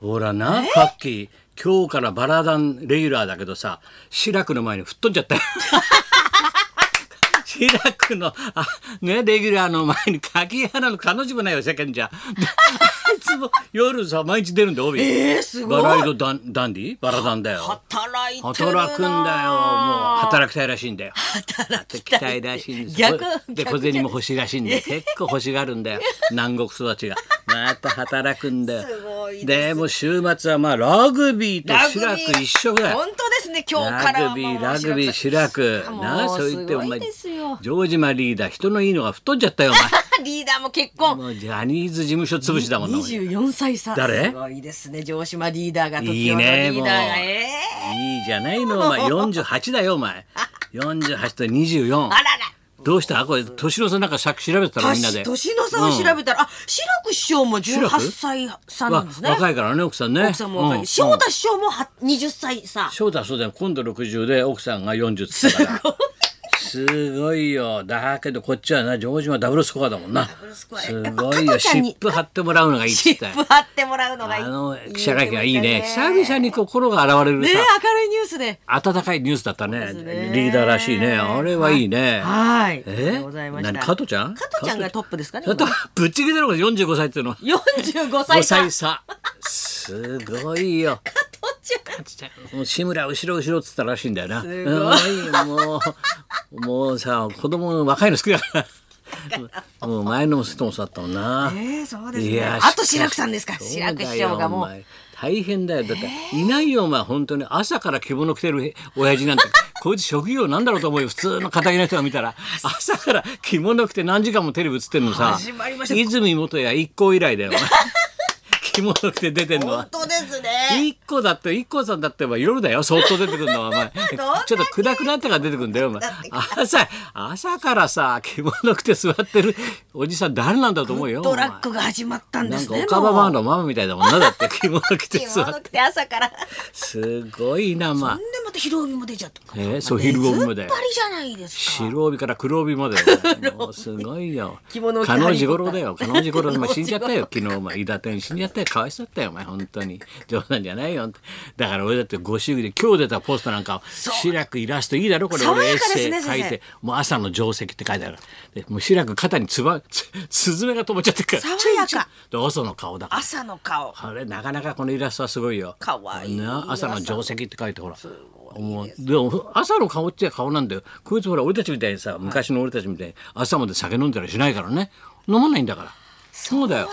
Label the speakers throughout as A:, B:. A: ほらな、パッキー、今日からバラダンレギュラーだけどさ、志らくの前に吹っ飛んじゃ ったよ。志らくの、あ、ね、レギュラーの前に柿原の彼女もないよ、世間 じゃ。であいつも夜さ、毎日出るんだよ、帯。
B: えーすごい
A: バラ色ダンダンディバラダンだよ。
B: 働いてるな
A: 働くんだよ。もう、働きたいらしいんだよ。
B: 働
A: 期待らしいんです
B: 逆
A: で
B: 逆
A: 小銭も欲しいらしいんで結構欲しがるんだ よ南国育ちがまた働くんだよ
B: すごい
A: でも週末はまあラグビーと
B: ラグビ
A: 志
B: ー
A: らく一緒だよ
B: 本当ですね今日から
A: ラグビーラグビー
B: し
A: 志らく
B: もう
A: なあそう言ってお前
B: すごいですよ
A: ジョージマリーダー人のいいのが太っちゃったよお前
B: リーダーも結 婚
A: もうジャニーズ事務所潰しだもんな
B: 二十四歳差
A: 誰
B: すごいですね城島リーダーが
A: い
B: 時
A: い
B: のリ
A: ねも
B: ー
A: う
B: ダーがえ
A: い
B: え
A: いじゃないのお前48だよお前48と24
B: あらら
A: どうしたこれ年の差なんかさっき調べてたのみんなで
B: 年の差を調べたら、あ志らく師匠も十八歳差な
A: わ
B: んですね
A: 若いからね奥さんね
B: 奥さんも若い、
A: うん
B: 塩田師匠もは20歳差
A: 翔太はそうだよ今度60で奥さんが40つったからすごいよだけどこっちはな城島ダブルスコアだもんな
B: ブルスコア
A: す
B: やっぱ
A: ごい
B: 加
A: よ
B: 藤ちゃんに
A: 湿布貼ってもらうのがいいっつ
B: チ
A: っ
B: ッ
A: たよ
B: プ貼ってもらうのがいい
A: あの記者会見はいいね久
B: ね
A: 々にこう心が現れる
B: ね
A: さ、
B: 明るいニュースで
A: 温かいニュースだったね
B: そうですね
A: リーダーらしいねあれはいいね、
B: はいありが
A: え
B: とうございました
A: 何加藤ちゃん
B: 加藤ちゃんがトップですかね
A: 加藤ぶっちぎりだろうが45歳っていうの
B: 今45
A: 5
B: 歳差
A: 歳差すごいよ
B: 加藤ちゃん
A: もう志村後ろ後ろっつったらしいんだよな。
B: すごい
A: うんもうもうさ子供若いの好きだ から。もう前の人もそうだったもんな。
B: ええそうですね
A: いや
B: あと志らくさんですか
A: そう
B: 志らく師匠がもう
A: だよお前大変だよだっていないよお前本当に朝から着物着てる親 父なんてこいつ職業なんだろうと思うよ普通の敵の人が見たら朝から着物着て何時間もテレビ映ってるのさ
B: 始まりました
A: 泉元也一行以来だよお前 着物着て出てんのは
B: 本。当ですね
A: 一個だって一個さんだってば夜だよそっと出てくる のはお前ちょっと暗くなってから出てくるんだよお前朝朝からさ着物着て座ってるおじさん誰なんだと思うよ
B: ドラッグが始まったんで
A: なん
B: す
A: か
B: ね
A: 岡場マン
B: もう
A: のママみたいだもんなだって着物着て
B: 着
A: 座っ
B: 物
A: て
B: 着て朝からで
A: すごいな まあ
B: また昼帯も出ちゃったから
A: えーそう昼帯もだよ
B: 出ずっぱりじゃないですか
A: 白帯から黒帯 までもうすごいよ
B: 着物を着て
A: 加
B: ハリー
A: 納治五郎だ よ加納治五郎お前
B: 加納
A: 死
B: 治五郎
A: んじゃったよ昨日お前伊田天死んじゃったよかわいそうだったよお前本当に冗談じゃないよだから俺だってご祝儀で今日出たポストなんか志らくイラストいいだろこれ
B: 爽
A: 俺エ
B: や
A: ッ
B: かです
A: セ
B: ね
A: イ書い
B: 先
A: てもう朝の定石って書いてあるでもう志らく肩につばつスズメが止まっちゃってるから
B: 爽やか
A: チュンチュンで朝の顔だから
B: 朝の顔
A: あれなかなかこのイラストはすごいよ。
B: かわいい
A: な朝の定石って書いてほら。もうでも朝の顔っちゃ顔なんだよ。こいつほら俺たちみたいにさ昔の俺たちみたいに朝まで酒飲んだりしないからね。飲まないんだから。そうだよ。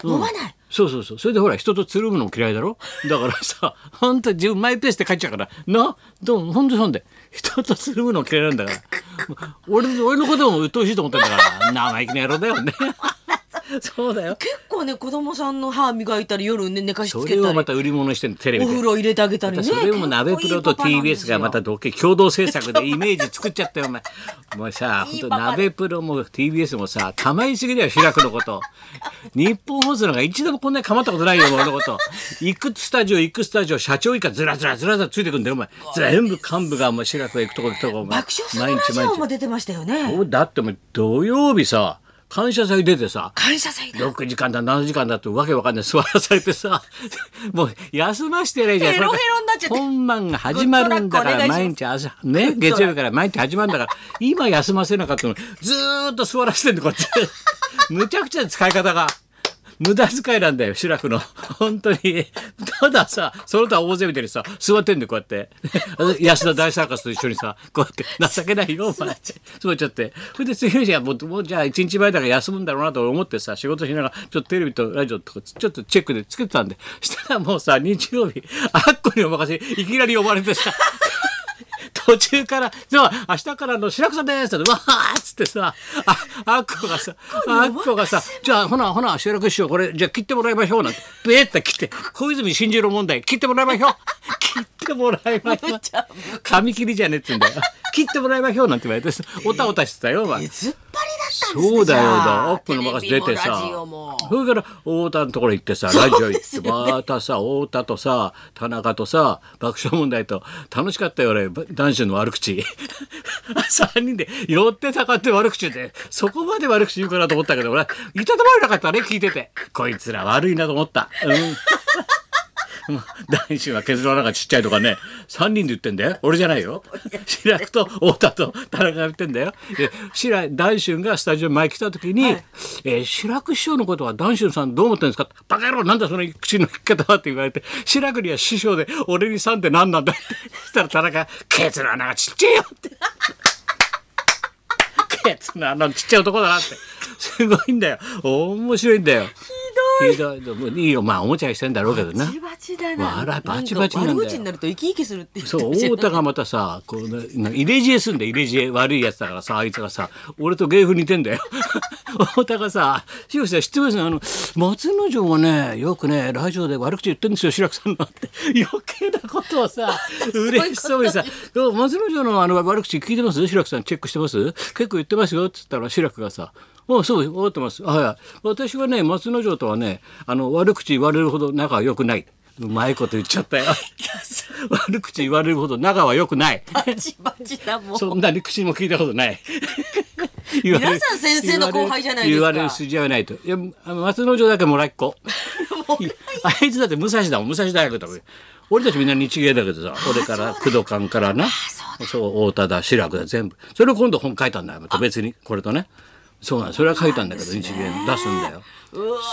B: そうだ飲まない
A: そうそうそうそれでほら人とつるむのも嫌いだろだからさ ほんと自分マイペースで帰っちゃうからなどうほんとそんで人とつるむの嫌いなんだから俺俺のことも鬱陶しいと思ったんだから生意気な野郎だ よねそうだよ
B: 結構ね子供さんの歯磨いたり夜ね寝かし
A: そ
B: つけ
A: れを
B: たり
A: また売り物にしてんのテレビ
B: お
A: で
B: 風。呂入れてあげたりね
A: それも鍋プロと
B: 結構いいパパなんです
A: TBS
B: よ
A: がまた同系共同制作でイメージ作っちゃったよお前もうさ
B: いい
A: 本当
B: パパだ
A: 鍋プロも TBS もさ構いすぎだよ平くのこと日本放送なんか一度もこんなに構ったことないよ俺のこと行くスタジオ行くスタジオ社長以下ずらずらずらずらついてくんだよお前全部幹部がもう白くへ行くとこ行くとこお前
B: 爆笑さんのラジオも出てましたよね
A: そうだってもう土曜日さ感謝祭出てさ
B: 感謝 祭だ
A: 6時間だ7時間だってわけわかんない座らされてさもう休ましてないじゃん
B: ヘロヘロになっちゃって
A: 本番が始まるんだか
B: グッドラ
A: ら
B: ックお願いします
A: 毎日朝ね月曜日から毎日始まるんだから今休ませなかったのにずーっと座らせてんのこっち むちゃくちゃな使い方が。無駄遣いなんだよ、志らくの。本当に。たださ、その他大勢みたいにさ、座ってんだよ、こうやって。 安田大サーカスと一緒にさ、こうやって、情けないよ、お前。座っちゃって。それで次の日はもう、もうじゃあ一日前だから休むんだろうなと思ってさ、仕事しながら、ちょっとテレビとラジオとか、ちょっとチェックでつけてたんで、したらもうさ、日曜日、あっこにお任せ、いきなり呼ばれてさ、 途中から、じゃあ、明日からあの、白くさんですって、わーっつってさ、あ、あっこがさ、あっこがさ、じゃあ、ほな、ほな、白く師匠、これ、じゃあ切ってもらいましょうなんて、べーって切って、小泉進次郎問題、切ってもらいましょう。切ってもらいましょう。髪切りじゃねえってんだよ。切ってもらいましょうなんて言われてさ、おたおたしてたよ、お前。
B: ずっぱりだったんですね
A: そうだよ
B: じゃあ
A: だ。アップの任せ出て
B: テレビも
A: さ
B: ラジオも。
A: それから太田のところ行ってさ、ラジオ行って、またさ、太田とさ、田中とさ、爆笑問題と、楽しかったよ俺、男子の悪口。3人で寄ってたかって悪口で、そこまで悪口言うかなと思ったけど、俺、いたたまれなかったね、聞いてて。こいつら悪いなと思った。うん。もう大臣は削らながちっちゃいとかね3人で言ってんだよ俺じゃないよ白くと太田と田中が言ってんだよで白大臣がスタジオに前来た時に「
B: はい
A: えー白く師匠のことは大臣さんどう思ってるんですか?」バカ野郎なんだその口の引き方は」って言われて白くには師匠で俺にさんって何なんだってそしたら田中が「削らながちっちゃいよ」って。ケツのあのちっちゃい男だなって。すごいんだよ。面白いんだよ。ひどい。ひどい。もういいよ。まあ、おもちゃにしてんだろうけどな
B: バ。チバチだな。
A: 笑い
B: なんか
A: バチバチなんだよ
B: 悪口になると生き生きするって言って
A: そう、
B: ましたよ
A: 太田がまたさ、こうね、なんか入れ知恵すんだよ、入れ知恵。悪いやつだからさ、あいつがさ、俺と芸風似てんだよ。 太田がさ、志らくさん知ってますあの、松之丞がね、よくね、ラジオで悪口言ってんですよ、志らくさんのって。余計なことをさ、嬉し そうにさ、どう松之丞のあの悪口聞いてます志らくさんチェックしてます結構言ってますよ、って言ったら志らくがさ、あそう分かってます。あはい。私はね、松之丞とはね、あの、悪口言われるほど仲は良くない。うま いこと言っちゃったよ。悪口言われるほど仲は良くない。
B: バチバチだもん。
A: そんなに口も聞いたこと ない。言われる
B: 皆さん先生の後輩じゃないで
A: 言
B: すか
A: われる筋合いはないと。いや、あの松之丞だけもらいっ 子。あいつだって武蔵だもん、武蔵大学だもん。俺たちみんな日芸だけどさ、俺から工藤官からな、そう、太田だ、志らくだ、全部。それを今度本書いたんだよ、また別に、これとね。そうなんそれは書いたんだけど、日芸の出すんだよ。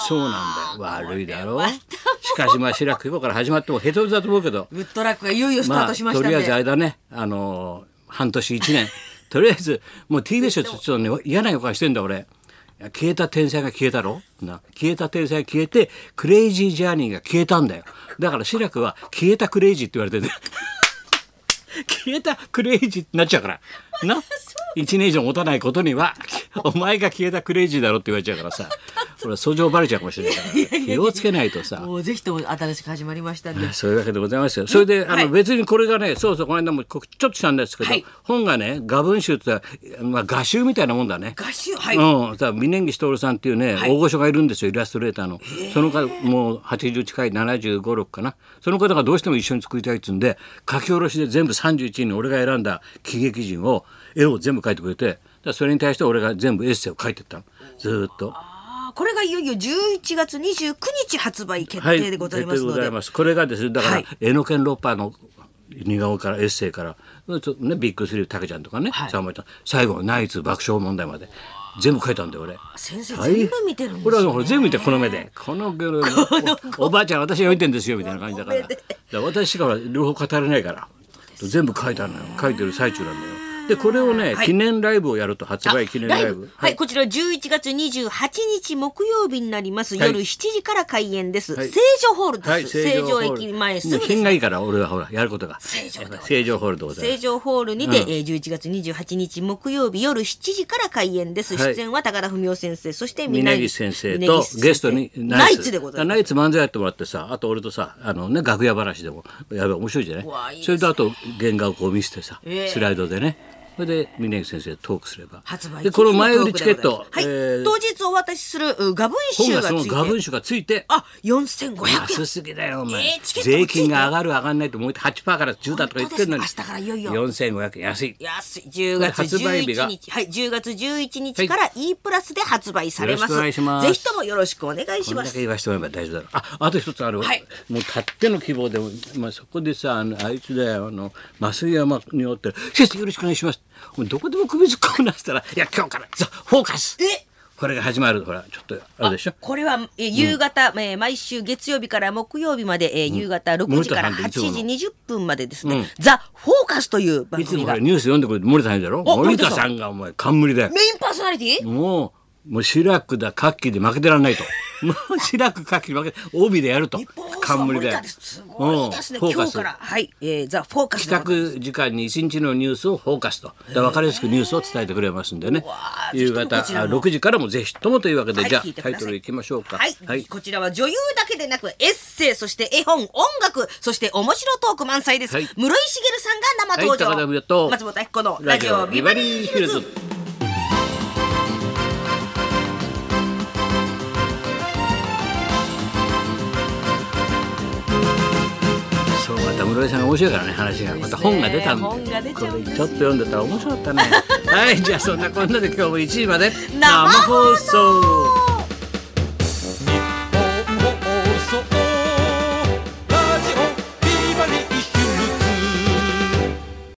A: そうなんだよ。悪いだろう。しかしまあ、志らく今から始まってもヘトヘトだと思うけど、
B: グッドラックがいよいよスタートしました
A: と
B: ね。
A: りあえず間ね、あのー半年一 年、とりあえずもう T でしょちょっとね嫌な予感してんだ俺。いや消えた天才が消えたろな消えた天才が消えてクレイジージャーニーが消えたんだよだから志らくは消えたクレイジーって言われてる 消えたクレイジーってなっちゃうから な1年以上持たないことにはお前が消えたクレイジーだろって言われちゃうからさ俺は訴状バレちゃうかもしれないから気をつけないとさ
B: もうぜひとも新しく始まりましたんで。
A: そういうわけでございますよ。それで、あの、
B: はい
A: 別にこれがね、そうそう、この間も告知ちょっとしたんですけど、
B: はい
A: 本がね、画文集って、まあ、画集みたいなもんだね。
B: 合集はい。
A: うん、さ峯岸徹さんっていうね、
B: い
A: 大御所がいるんですよイラストレーターのその方もう80近い7 5 6かなその方がどうしても一緒に作りたいっつうんで書き下ろしで全部31に俺が選んだ喜劇人を絵を全部描いてくれてだからそれに対して俺が全部エッセイを書いてったのずーっと。
B: あーこれがいよいよ11月29日発売決定でございま
A: は
B: す
A: い、決定で
B: の
A: ござ
B: で。
A: いますこれがですねだから、
B: はい
A: 江ノ県ロッパーの似顔絵からエッセイから、ちょっとね、ビッグスリーたけちゃんとかね、
B: はい
A: さんまちゃん最後のナイツ爆笑問題まで全部書いたんだよ俺。
B: 先生
A: はい
B: 全部見てるん
A: こ
B: で
A: れ
B: す
A: は
B: よ。
A: もう全部見てこの目でこのぐるおおばあちゃん私が見てんですよみたいな感じだから
B: この目で
A: だから私から両方語れないから全部書いたのよ書いてる最中なんだよでこれをね、
B: はい
A: 記念ライブをやると発
B: あ
A: 売記念ライブ
B: はい、こちら11月28日木曜日になります。
A: はい
B: 夜7時から開演です。
A: はい
B: 成城ホールです。
A: はい、
B: 成城
A: ホール
B: 駅前す
A: も
B: ぐ
A: う
B: です
A: 品がいいから俺はほらやることが
B: 成城でございます
A: 成城ホールでございま
B: 成
A: す
B: 城ホールにて、えー11月28日木曜日夜7時から開演です。
A: はい
B: 出演は高田文夫先生、そして
A: 峯岸先生とゲストに
B: ナイツでございま
A: ナイツ漫才やってもらってさあと俺とさあのね楽屋話でもやべえ面白いじゃないう
B: わいいですね
A: それとあと原画をこう見せてさ、
B: ええ
A: スライドでねそれで峯岸先生とトークすれば
B: 発売
A: でこの前売りチケット、
B: はい
A: えー
B: 当日お渡しするう画文
A: 本
B: 集
A: が
B: がつ
A: その画
B: いて
A: 文集がついて
B: あ4500円
A: 安すぎだよお前、
B: えーチケットもつい
A: 税
B: て
A: 金が上がる上がんないと思って8%から10だとか言ってるのに
B: 本当ですね明日からいよいよ
A: 4500円安い
B: 安い10月
A: 発売日が
B: 11日はい10月11日から E プラスで発売されます,、
A: よろしくお願いします
B: ぜひともよろしくお願いし
A: これ
B: ま
A: だ
B: す
A: け言わせてもらえば大丈夫だろう。あ、あと一つある。
B: はい
A: もうたっての希望でも、まあ、そこでさ、あの、あいつだよ、あの、増井山におって、先生よろしくお願いします。もうどこでも首突っ込むなしたら、いや、今日から、ザ・フォーカス
B: え
A: これが始まる。ほら、ちょっと、あれでしょ
B: これはえー夕方、えー毎週月曜日から木曜日まで、えー夕方6時か
A: 森田さ
B: ら
A: んって
B: 8
A: いつもの
B: 時20分までですね、ザ・フォーカスという番
A: いつも
B: 組
A: ほ
B: が
A: ら、
B: メイ
A: ニュース読んでくれて森田さんいるだろ
B: あ
A: 森
B: 森
A: 田
B: 田
A: さ
B: さ
A: んが、お前、冠だよ。
B: ンパーソナリティ
A: もう、もう、シラクだ、カッキーで負けてらんない と。もう、シラク、カッキーで負けて、帯でやると
B: 日本放。送は
A: 冠
B: 森
A: で
B: 田。ですすごいですね、
A: うん
B: 今日から。はい、えー、ザ・フォーカス
A: 帰
B: でございます
A: 宅時間に一日のニュースをフォーカスとだから分かりやすくニュースを伝えてくれますんでね
B: わー
A: 夕
B: ぜひとも
A: 方
B: こちらも
A: 6時からもぜひともというわけで、
B: はい
A: じゃあ
B: 聞いてく
A: タ
B: だ
A: イ
B: さい
A: トルいきましょうか
B: はい、こちらは女優だけでなくエッセイそして絵本音楽そして面白トーク満載です、
A: はい
B: 室井滋さんが生登場、
A: はい高田文夫と
B: 松本明子のラジオビバリーヒルズ
A: そうまた室井さんが面白いからね話がまた本が出たんで
B: 本が出ちゃうんです
A: ちょ
B: よ
A: っと読んで たら面白かったねはいじゃあそんなこんなで今日も1時まで
B: 生放
A: 送